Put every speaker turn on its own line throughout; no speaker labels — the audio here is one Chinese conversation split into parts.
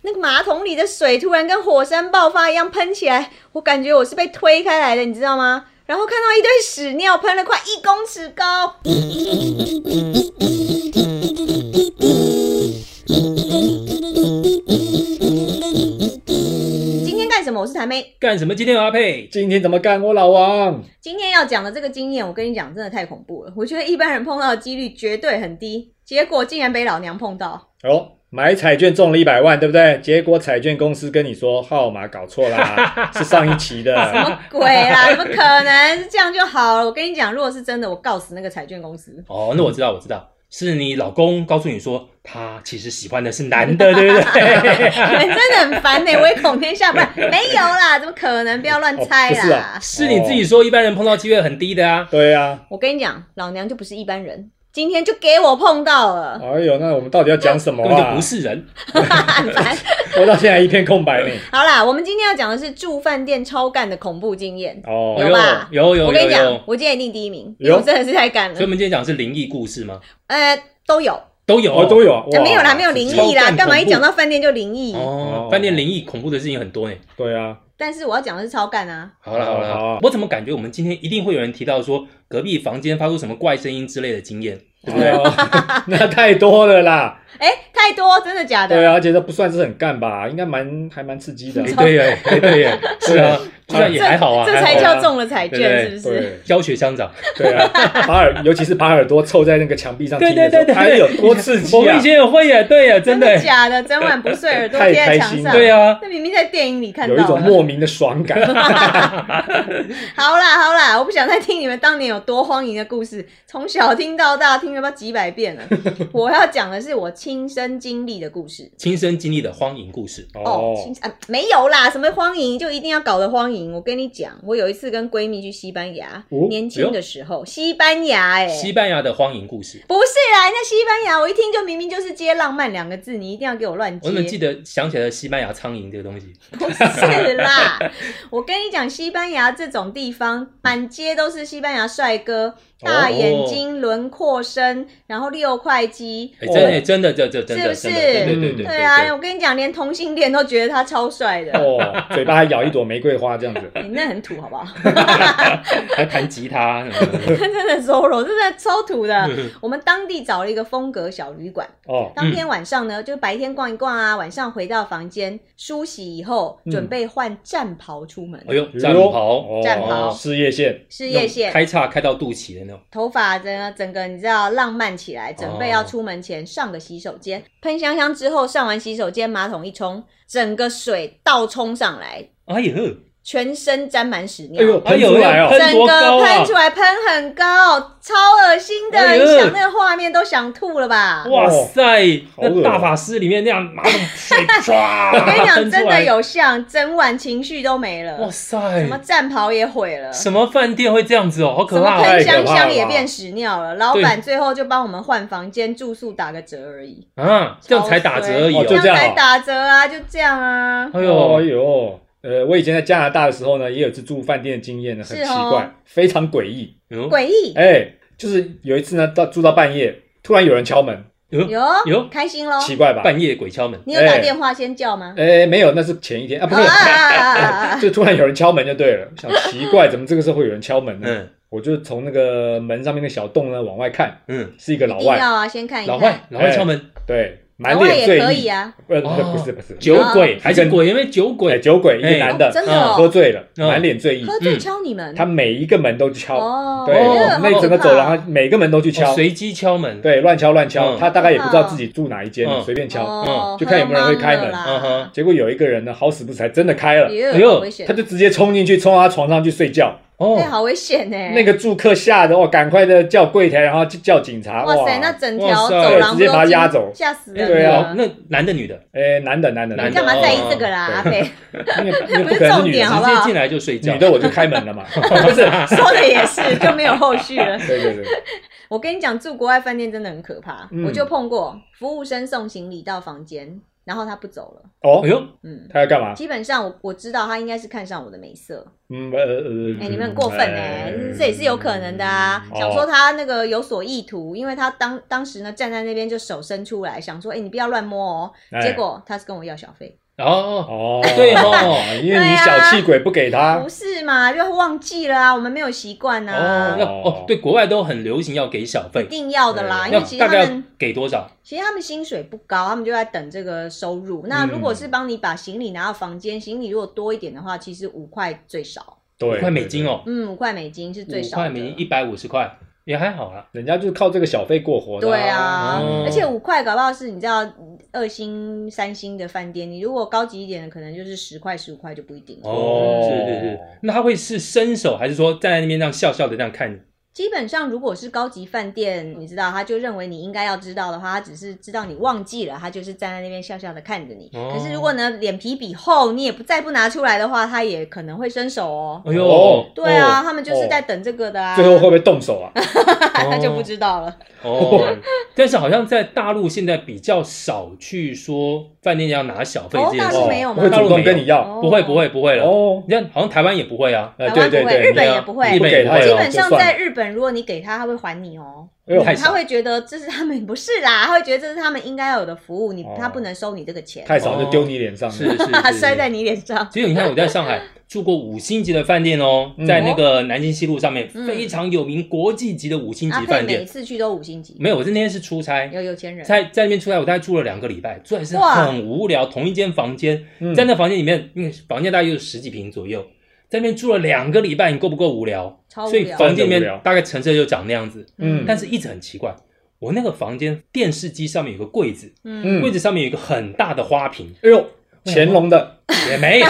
那个马桶里的水突然跟火山爆发一样喷起来，我感觉我是被推开来的，你知道吗？然后看到一堆屎尿喷了快一公尺高，今天干什么？我是台妹。
干什么？今天有阿佩，
今天怎么干？我老王，
今天要讲的这个经验，我跟你讲，真的太恐怖了。我觉得一般人碰到的几率绝对很低，结果竟然被老娘碰到。
哦，买彩券中了一百万，对不对？结果彩券公司跟你说号码搞错啦，是上一期
什
的。
么鬼啦？怎么可能？这样就好了。我跟你讲，如果是真的，我告死那个彩券公司。
哦，那我知道，我知道，是你老公告诉你说他其实喜欢的是男的， 对不对？
你们哎真的很烦呢、唯恐天下不乱。没有啦，怎么可能？不要乱猜
哦不是
啦。
啊
是你自己说一般人碰到机会很低的啊。
对啊，
我跟你讲，老娘就不是一般人，今天就给我碰到了，
哎呦，那我们到底要讲什么
根本就
啊
不？是人，
很烦。
我到现在一片空白呢。
好啦，我们今天要讲的是住饭店超干的恐怖经验。
哦
有，吧
有有
我跟
有
你讲
有，，
我今天一定第一名，
有
我真的是太干
所以我
了。
们今天讲的是灵异故事吗？
呃，都有，
都有
哦，都有啊
呃
哇
没有啦，没有灵异
超
啦，
干
干嘛一
恐怖
讲到饭店就灵异？
哦
哦。
饭店灵异恐怖的事情很多呢。
对啊，
但是我要讲的是超干啊，
好了好了，
好啊
我怎么感觉我们今天一定会有人提到说隔壁房间发出什么怪声音之类的经验，对不对？
哦 那太多了啦。
哎、太多，真的假的？
对啊，而且这不算是很干吧？应该蛮还蛮刺激的
哎。对耶，哎对耶，是啊，这样也还好啊，
这
还
才
好啊
叫中了彩
对对
券，是不是？
对
教学相长。
对啊，把耳， 尤其是把耳朵凑在那个墙壁上听
对
的时
对对
候，
对
哎呦，多刺 激
我们
啊
以！前也会耶，对耶，真的
的
耶，
假的？整晚不睡，耳朵
太
贴在
开
墙
心
上。
了
对啊，
那明明在电影里看
有一
到
种
的。
莫名的爽感。
好啦好啦，我不想再听你们当年有多荒淫的故事，从小听到大，听了不知道几百遍了。我要讲的是我亲身经历的故事。
亲身经历的荒淫故事。
哦，亲啊没有啦，什么荒淫就一定要搞得荒淫。我跟你讲，我有一次跟闺蜜去西班牙，
哦
年轻的时候，西班牙哎、
西班牙的荒淫故事，
不是啦，人家西班牙，我一听就明明就是接“浪漫”两个字，你一定要给我乱接。
我怎么记得想起来了西班牙苍蝇这个东西？
不 是啦，我跟你讲，西班牙这种地方，满街都是西班牙帅哥，大眼睛、轮廓深，然后六块肌。
哎，真的
哦
真的这这真的
是
真
不
的，
是
对对对对
对啊，我跟你讲，连同性恋都觉得他超帅的。
哦，嘴巴还咬一朵玫瑰花这样子，
你那很土好 不好？
还弹吉他什么的。
真的 Zoro，真的超土的。我们当地找了一个风格小旅馆，
哦，
当天晚上呢，就白天逛一逛啊，晚上回到房间梳洗以后，
嗯
准备换战袍出门，
哎呦，战袍，
哦
战袍
事业线，
事业
那
线
种。开叉开到肚脐的那种。
头发整整个你知道浪漫起来，准备要出门前上个洗手间，喷香香之后上完洗手间，马桶一冲，整个水倒冲上来，
哎呦，
全身沾满屎尿，
哎呦，
哎
喷
呦
出来
哎
哦，
呦
整
多
个
高啊
喷出来喷很高，超恶心的，
哎呦
你想那个画面都想吐了吧？
哇塞，
好恶
那大法师里面那样马桶水唰，
我跟你讲，
喷出
真的
来。
有像，整晚情绪都没
哇
了，
塞
什么，战袍也毁了。
什么饭店会这样子哦，好
什
可
么
怕
太
喷
哦！
可怕
香
了
香
吧
也变屎尿了，老板最后就帮我们换房间住宿打个折而已。
啊，这样才打折而已
哦就
哦。
这样
才
哦
打折啊，就这样啊。
哎
哦哎
呦，
呦，呃，我以前在加拿大的时候呢，也有一次住饭店的经验呢，很
是
奇
哦
怪，非常诡异。
嗯
诡异
哎，就是有一次呢，到住到半夜，突然有人敲门，
哟，
哟
哟
开心喽！
奇怪吧？
半夜鬼敲门，
你有打
哎
电话先叫吗？
哎，没有，那是前一天啊，不是哎
啊，啊啊啊啊啊
就突然有人敲门就对了。我想奇怪，怎么这个时候会有人敲门呢？
嗯
我就从那个门上面的小洞呢往外看，
嗯，
是一哎个老
一定
外，
要啊，先看一
老
看。
哎
外老外敲门，
对，满
老外
脸
也
醉
可以
意，
啊，
呃，
哦
不是不是，
酒鬼
哦
还是鬼？因为酒
哎，
鬼
酒鬼，一
哎
个男的啊
哦，真的
嗯
喝
哦，
醉了，
嗯
满脸醉意，
喝醉
嗯
敲你们
他每一个门都敲，
哦，
对，
我觉得
我
好
们那
可
整个
怕
走廊，他每个门都去
哦
敲，
随机敲门，，
对，乱敲乱敲，
嗯
他大概也不知
哦
道自己住哪一间
嗯，
随便敲。
哦
嗯就看有没有人会开
喝
门
嗯
懵了啦
哼，
结果有一个人呢，好死不死还真的开了，
哎
哎
呦，
呦
好危险
他，就直接冲进去，冲到他床上去睡觉。
对，
哦，
好危险呢。
那个住客吓得哦，赶快的叫柜台，然后就叫警察。
哇塞，那整条
哇塞
走廊
直接把他
都
压
进
走
吓死人
对
了
啊。
哎那男的女的
哎，男的男的
你
男的
干嘛在意
哦
这个啦，阿飞？
因为因 为
不
不
是
可能是
重
女
点哦好
的，
不
直
好
接进来就睡觉
女，的我就开 门了嘛，不 是？
说的也是，就没有后续了。
对对对，
我跟你讲，住国外饭店真的很可怕，
嗯
我就碰过服务生送行李到房间，然后他不走了，
哎
哦，
呦，
嗯，
他要干嘛？
基本上我我知道他应该是看上我的美色，
嗯呃呃，
哎、你们很过分哎、
嗯
这也是有可能的啊。
嗯
哦
想说他那个有所意图，因为他当当时呢站在那边就手伸出来，想说，哎、你不要乱摸哦。
哎
结果他是跟我要小费，
哦，
哦，
对哦，
因为你小气鬼不给他
不，是嘛？就忘记了啊，我们没有习惯
哦，
啊，
要哦，对，国外都很流行要给小
一
费，
定要的啦，
对
因
要
为其实
大
他
概
们
要给多少？
其实他们薪水不高，他们就在等这个收
嗯
入。那如果是帮你把行李拿到房间，行李如果多一点的话，其实五块最少，
对，
五块美金，哦，
嗯，五块美金是最
五
少的。
块美金一百五十块也还好啦。
人家就是靠这个小费过活的。
对啊，
哦
而且五块搞不好是你知道二星、三星的饭店，你如果高级一点的，可能就是十块、十五块就不一定了。
哦，是是是，那他会是伸手，还是说站在那边这样笑笑的这样看你？
基本上，如果是高级饭店，你知道，他就认为你应该要知道的话，他只是知道你忘记了，他就是站在那边笑笑的看着你。
哦
可是如果呢，脸皮比厚，你也不再不拿出来的话，他也可能会伸手哦。
哎呦，
哦
对啊，
哦
他们就是在等这个的啊。
最 后会不会动手啊？
他
哦
就不知道了。
哦， 但是好像在大陆现在比较少去说饭店要拿小费
哦
这件
大
事
陆
情，
没有吗
会主动跟你要？
哦
啊不会不会不会了。
哦，
你看，好像台湾也不会啊，
呃，
台
对
湾不会
对对
日，本也
对啊
不会
日本也
不给
不会
他也
基
哦
本上
就算了
在日本，如果你给他，他会还你哦。
哎呦
太
他
少
会觉得这是他们不是啦，他会觉得这是他们应该要有的服务，你、
哦
他不能收你这个钱，
太少就丢你脸上了。
哦是是
哈哈
是，
摔在你脸上。
其实你看，我在上海住过五星级的饭店哦，
嗯
在那个南京西路上面
嗯啊
非常有名国际级的五星
阿
级
佩
饭
每
店。
次去都五星级，
没有，我是那天是出差，
有有钱人。
在在那边出差，我大概住了两个礼拜，住还是
哇
很无聊，同一间房间，
嗯
在那房间里面，因为房间大概有十几平左右，在那边住了两个礼拜，你够不够无聊？
超无聊
所以房间里
真的无聊
面大概陈设就长那样子，
嗯
但是一直很奇怪，我那个房间电视机上面有个柜子，
嗯，
柜子上面有一个很大的花瓶，
哎呦，乾隆的
也 没有，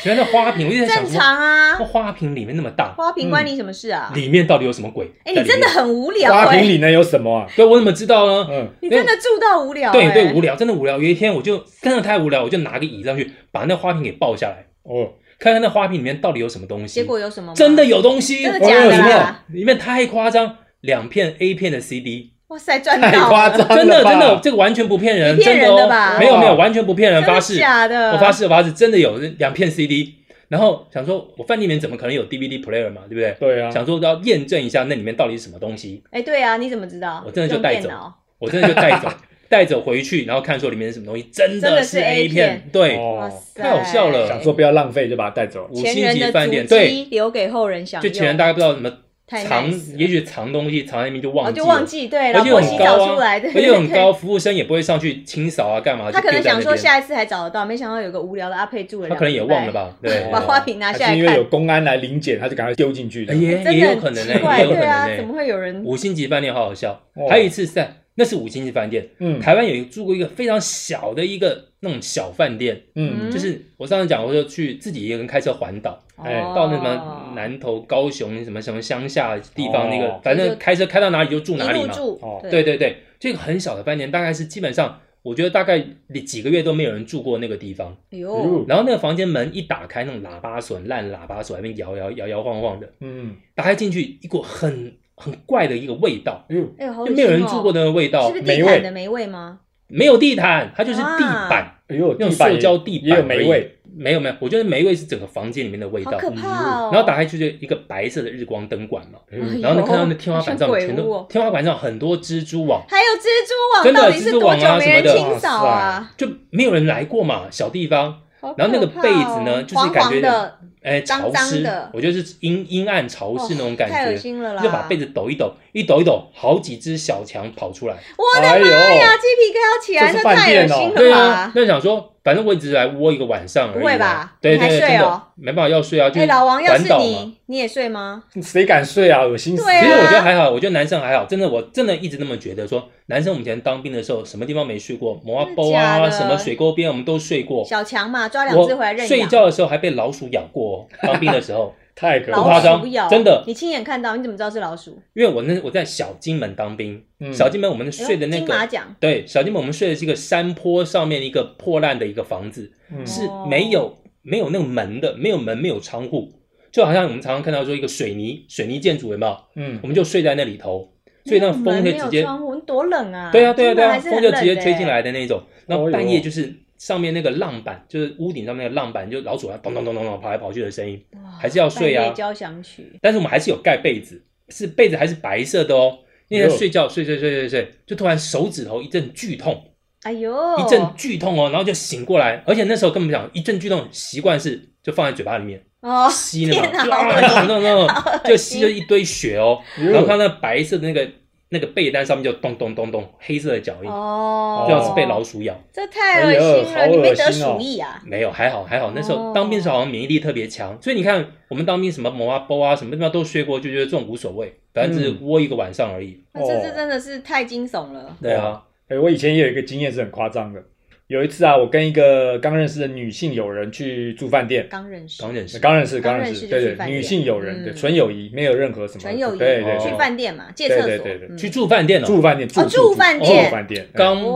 全是花瓶，我一直在想
正
说，
常啊
那，花瓶里面那么大，
花瓶关你什么事啊？
里面到底有什么鬼？
哎、你真的
在里面，
很无聊
花
哎、
瓶里能有什么啊？
对我怎么知道呢？
嗯，
你真的住到无聊、
对
哎
对，无聊，真的无聊。有一天我就真的太无聊，我就拿个椅上去把那花瓶给抱下来，
哦，
看看那花瓶里面到底有什么东西。
结果有什么吗？
真的有东西，
真的
我
假
有
的
什么
啦？
里面太夸张，两片 A 片的 CD，
哇塞，赚到
太
了
夸张了吧，
真的真的，这个完全不骗人，
你骗人
真
的
的
吧
哦，没有
哇
没有，完全不骗人，
真
发
的
誓，
假的？
我发誓我发誓，真的有两片 CD。然后想说，我饭店里面怎么可能有 DVD player 嘛，对不对？
对啊，
想说要验证一下那里面到底是什么东西，
哎、对啊，你怎么知道？
我真的就带走
用电脑
我真的就带 走，带走回去，然后看说里面是什么东西，真
真的是
是
A
片，对，
哇
哦，
塞，
太好笑了
想说不要浪费就把它带走。
五
前
星
人
级
的
饭店，
足迹
对，
留给后人享用。
就前人大概不知道怎么
太
藏
nice，了
也许藏东西藏在那边就忘
哦，
记
就
了，
忘记对，老
而且
婆
很
洗
高
澡出
啊，
来，对，
而且很
对
高，服务生也不会上去清扫啊，干嘛？
对他可能
就
想
丢在那
说
边，
下一次还找得到，没想到有个无聊的阿佩住了，
他可能也忘了。吧，对，
把 花瓶拿
还
下来
是因为有
看，
公安来临检，他就赶快丢进去的
哎。也
真
也有
的
可
很
能
奇
呢，
怪，
也有可
对啊，
能
怎
呢。
么会有人？
五星级饭店好好笑
哦，
还有一次是在那是五星级饭店，
嗯
台湾有住过一个非常小的一个那种小饭店，
嗯，
就是我上次讲，我说去自己一个人开车环岛，
哎
哦
到那什么南投、高雄什么什么乡下地
哦
方那个，反
就
正开车开到哪里就住哪
一
里
路
嘛。
住
哦，
对对对，这个很小的饭店，大概是基本上，我觉得大概几个月都没有人住过那个地方。
哎呦，
然后那个房间门一打开，那种喇叭锁、烂喇叭锁，那边摇摇摇摇晃晃的，
嗯，
打开进去一股很很怪的一个味道，
哎呦，
哎呦，好恶
就
心哦
没有人住过，那个味道
是不，是
霉
地
味
毯的霉味吗？
没有地毯，它就是地
啊
板，
哎呦，
那种
地板
塑胶地板
也有
而
霉
已
味，
没有没有，我觉得霉味是整个房间里面的味
好
道。嗯
可怕哦！
然后打开去就一个白色的日光灯管嘛，
哎
哎呦
呦，
然后你看到那天花
好
板上
像鬼
全
屋
都
哦
天花板上很多蜘蛛网，
还有蜘蛛网，
真的
到底是多
蜘蛛网
久
啊
没人
什么的
清扫啊？
就没有人来过嘛，小地方，
好可怕哦
然后那个被子呢就是
黄
感觉
黄的，
哎，潮
脏脏
湿
的，哦
我觉得是阴阴暗潮湿那种感
太恶
觉，
心了啦！
就把被子抖一抖，一抖一抖，好几只小强跑出来。
我的
哎呦，
妈呀，鸡皮疙瘩起来，
这是
这
饭
太恶
店哦
心
对
了
啊
吧，？
那想说，反正我也只是来窝一个晚上而已嘛，
不会吧
对
你还
对，
睡
真的
哦
没办法要睡啊，就
哎，
是
老王，要是
环岛嘛。
你，你也睡吗？
谁敢睡啊？恶心死！
嗯对啊
其实我觉得还好，我觉得男生还好，真的，我真的一直那么觉得说，男生我们以前当兵的时候，什么地方没睡过，摩阿波
真
啊，
的假的
什么水沟边，我们都睡过。
小强嘛，抓两
我
只回来认
睡
养。
觉的时候还被老鼠咬过哦，当兵的时候，
太可
不
老
夸
怕了。
张
鼠咬，
真的
你亲眼看到，你怎么知道是老鼠？
因为我那我在小金门当兵，
嗯
小金门我们睡的那
哎金马
个。
奖
对，小金门我们睡的是一个山坡上面一个破烂的一个房子，
嗯
是没
哦
有没有那个门的，没有门，没有窗户，就好像我们常常看到说一个水泥水泥建筑，有没有？
嗯
我们就睡在那里头，所以那个风可以
没
直
有
接
窗户，多冷啊！
对啊，对啊，对
金门
啊，
还是
风
很
就
冷
直接吹进
的欸。
来的那种。然后
哦哟
半夜就是上面那个浪板，就是屋顶上面那个浪板，就老鼠啊咚咚咚咚咚跑来跑去的声音。
哇
还是要睡啊
半夜交响曲，
但是我们还是有盖被子，是被子还是白色的哦。那天
哟
睡觉睡睡睡睡睡，就突然手指头一阵剧痛，
哎呦，
一阵剧痛哦，然后就醒过来，而且那时候根本不想一阵剧痛，习惯是就放在嘴巴里面
哦，
吸那
天
个，
哪
就
好恶
啊
心
痛痛痛
好恶心
就吸了一堆血哦，
哟
然后看到那白色的那个那个被单上面就咚咚咚咚黑色的脚印，
哦，
不知道是被老鼠咬。
这太恶心了，
哎呦
你没
好
得
恶心哦
鼠疫啊？
没有，还好还好，那时候
哦
当兵时候好像免疫力特别强，所以你看我们当兵什么摩啊波啊什么地方都睡过，就觉得这种无所谓，反正只是窝一个晚上而已。
那
哦
这这真的是太惊悚了。
对啊，
哎、我以前也有一个经验是很夸张的。有一次啊，我跟一个刚认识的女性友人去住饭店，
刚认识，
刚认识，
刚认识，
啊刚
刚
认
认
识
识，
就去
对
饭
对，
店
女性友人，
嗯
对，纯友谊，没有任何什么
纯友谊，
对对
哦
对
去，饭店嘛，借
对
厕
对
所，
对对
嗯
去住饭店了，
住饭店，住
哦住饭
店，
店
住饭店，嗯
刚泡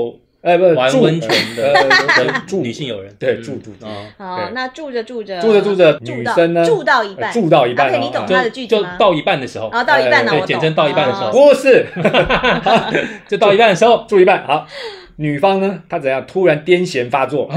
哦。
哎，不是
玩
住
温泉的
呃 呃呃
的
住
女性友人，
对
嗯
住住住
啊，
好，
对
那住着住着，
住着住着
住
女
到
生呢
住到一半，
呃住到一半哦
OK，你懂
啊
他的
就
句子
就
吗？
到一半的时候，哎
哦，到一半了，
对
我
简
懂。
称到一半的时候
哦
不是
就到一半的时候，
住一半，好，女方呢，她怎样突然癫痫发 作，
啊，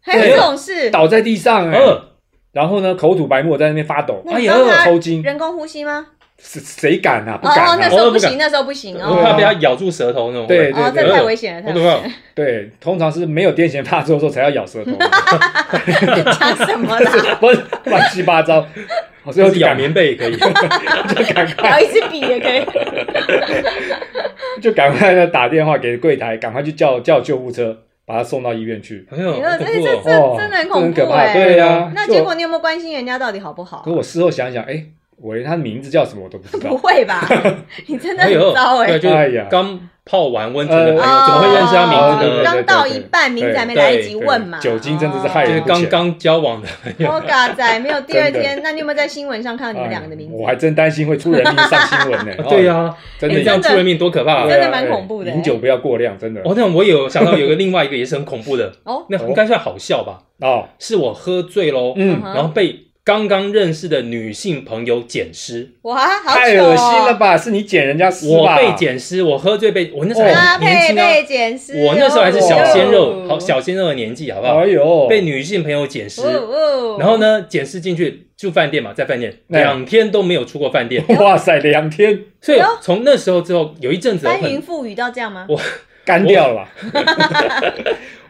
还有
对
这种事，
哎倒在地上，哎，
呃，
然后呢，口吐白沫在那边发抖，
那
哎
你
呀
帮他
抽筋，
人工呼吸吗？
谁谁敢啊？不
哦，
敢
哦
啊
那时候不
不敢
行，那时候不行
对
哦。
怕被它咬住舌头那种，
对哎
哦，这太危险了，
我
太
懂
危险
了
了。
对，通常是没有癫痫发作的时候才要咬舌 头，
讲什么啦？
不是乱七八糟。哦我最
就
后
是
就
咬
赶
棉被也可以，
咬一支笔也可
哦
以。
就赶快呢打电话给柜台，赶快去叫叫救护车，把他送到医院去。
哎呦，
你看
好
这
恐怖
这
哦，
这
哦
真的很恐
这很
怖
可怕
哎。
对啊
那
就
结果你有没有关心人家到底好不好
可？我事后想想，哎，我连他名字叫什么我都不 知
不
道。
会吧？你真的
哎
很
呦，
糟哎
对，。就
哎
是
呀
刚泡完温泉的朋友，
哎
怎么会认识他名字
哦
呢？
对对对
刚到一半，名字还没来得及问嘛。
对对对酒啊精真的是害
就是
人
刚刚交往的朋友，。
我嘎仔没有第二
真的
天，那你有没有在新闻上看到你们两个的名字
哎？我还真担心会出人命上新闻呢 哦
对呀，
真
哎你
的
这样
哎真的
出人命多可
真
怕！啊！
的
对啊
蛮
哎
恐怖的欸
饮酒不要过量，真的。
哦，那我有想到有个另外一个也是很恐怖的，
哦，
那应该算好笑吧？
哦，
是我喝醉喽，
嗯
嗯，
哼
然后被刚刚认识的女性朋友捡尸，
哇，好
太
糗
恶
哦
心了吧？是你捡人家尸
我
吧？哦
被捡尸，我喝醉被我那时候
搭
还年
配
轻啊，
被捡尸，
我那时候还是小鲜肉，
哦
好小鲜肉的年纪，好不好
哎？呦，
被女性朋友捡尸，
哦哦
然后呢，捡尸进去住饭店嘛，在饭店
对哦
两天都没有出过饭店，
哇塞，两天
所以
哎呦
从那时候之后，有一阵子我
翻云
很，
覆雨到这样吗？
干掉了。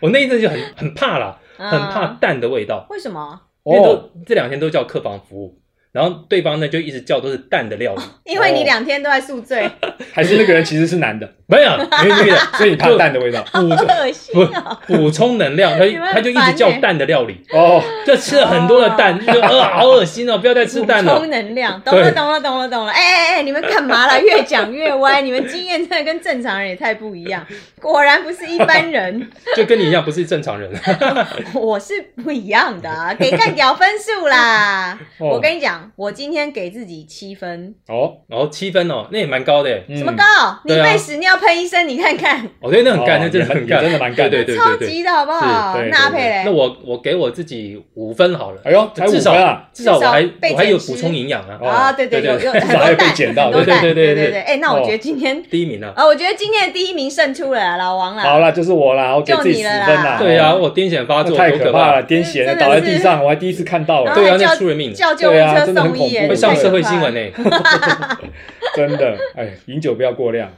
我那一阵就很很怕啦，
很
很怕蛋的味道，
为什么？
因为
哦，
都这两天都叫客房服务，然后对方呢就一直叫都是蛋的 料理，
因为你两天都在宿醉，
还是那个人其实是 男的，
没有女女的
所以你怕蛋的味 道。
好恶心哦！
补充能量，他
你们很
他就一直
烦
叫
欸
蛋的料理，
哦，
就吃了很多的 蛋，就觉得呃好恶心哦，不要再吃
补
蛋了
充。能量，懂了，
对
懂了，懂了，懂了。哎哎哎，你们干嘛啦？越讲越歪，你们经验真的跟正常人也太不一 样，果然不是一般人。
就跟你一样不是正常人，
我是不一样的、啊，给干屌分数 啦！
哦
我跟你讲，我今天给自己七分，
哦，
然后七分哦，那也蛮高的耶，
嗯
什么高？你
对啊
被屎尿喷一身，你看看，
我觉得那很干，
哦
那真的很
也
干，
也真的蛮干
对对
超
对对对。
级的好不好
是？对对
搭配嘞，
那我我给我自己五分好了，
哎呦，才五
至少
分啊！
至少我还
至少被
我还有
捡尸
补充营养啊，
哦
啊，对对，
对
有有 很
对少
多
还被
蛋，
捡到
很多
对对
蛋，
对
对
对
对。
对
哎，那我
哦
觉得今天
第一名啊。
啊，我觉得今天的第一名胜出了啦，老王啦，
好啦，就是我啦，我给自
就
己
你
十
了啦
分啦。
对
呀，
啊，我癫痫发
那
作
太
多
可
可
怕
怕
了，！癫痫
真的
倒在
是嗯
地上，我还第一次看到，
然
哎
后
对啊，
还叫
那出人命，
叫救护
对啊
车
真的很
送医耶，
恐怖
会上社会新闻
呢。
呢、
真的，哎，饮酒不要过 量，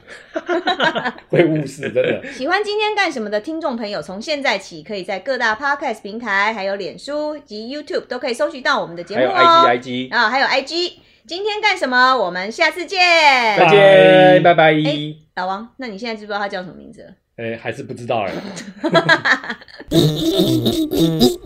会误事，真的。
喜欢今天干什么的听众朋友，从现在起可以在各大 podcast 平台、还有脸书及 YouTube 都可以搜寻到我们的节
还
目
有
哦。
IG IG，
啊，还有 IG。今天干什么？我们下次见。
再见，拜
拜
拜。
哎老王，那你现在
哎
知不知道他叫什么名字了？
哎，还是不知道哎。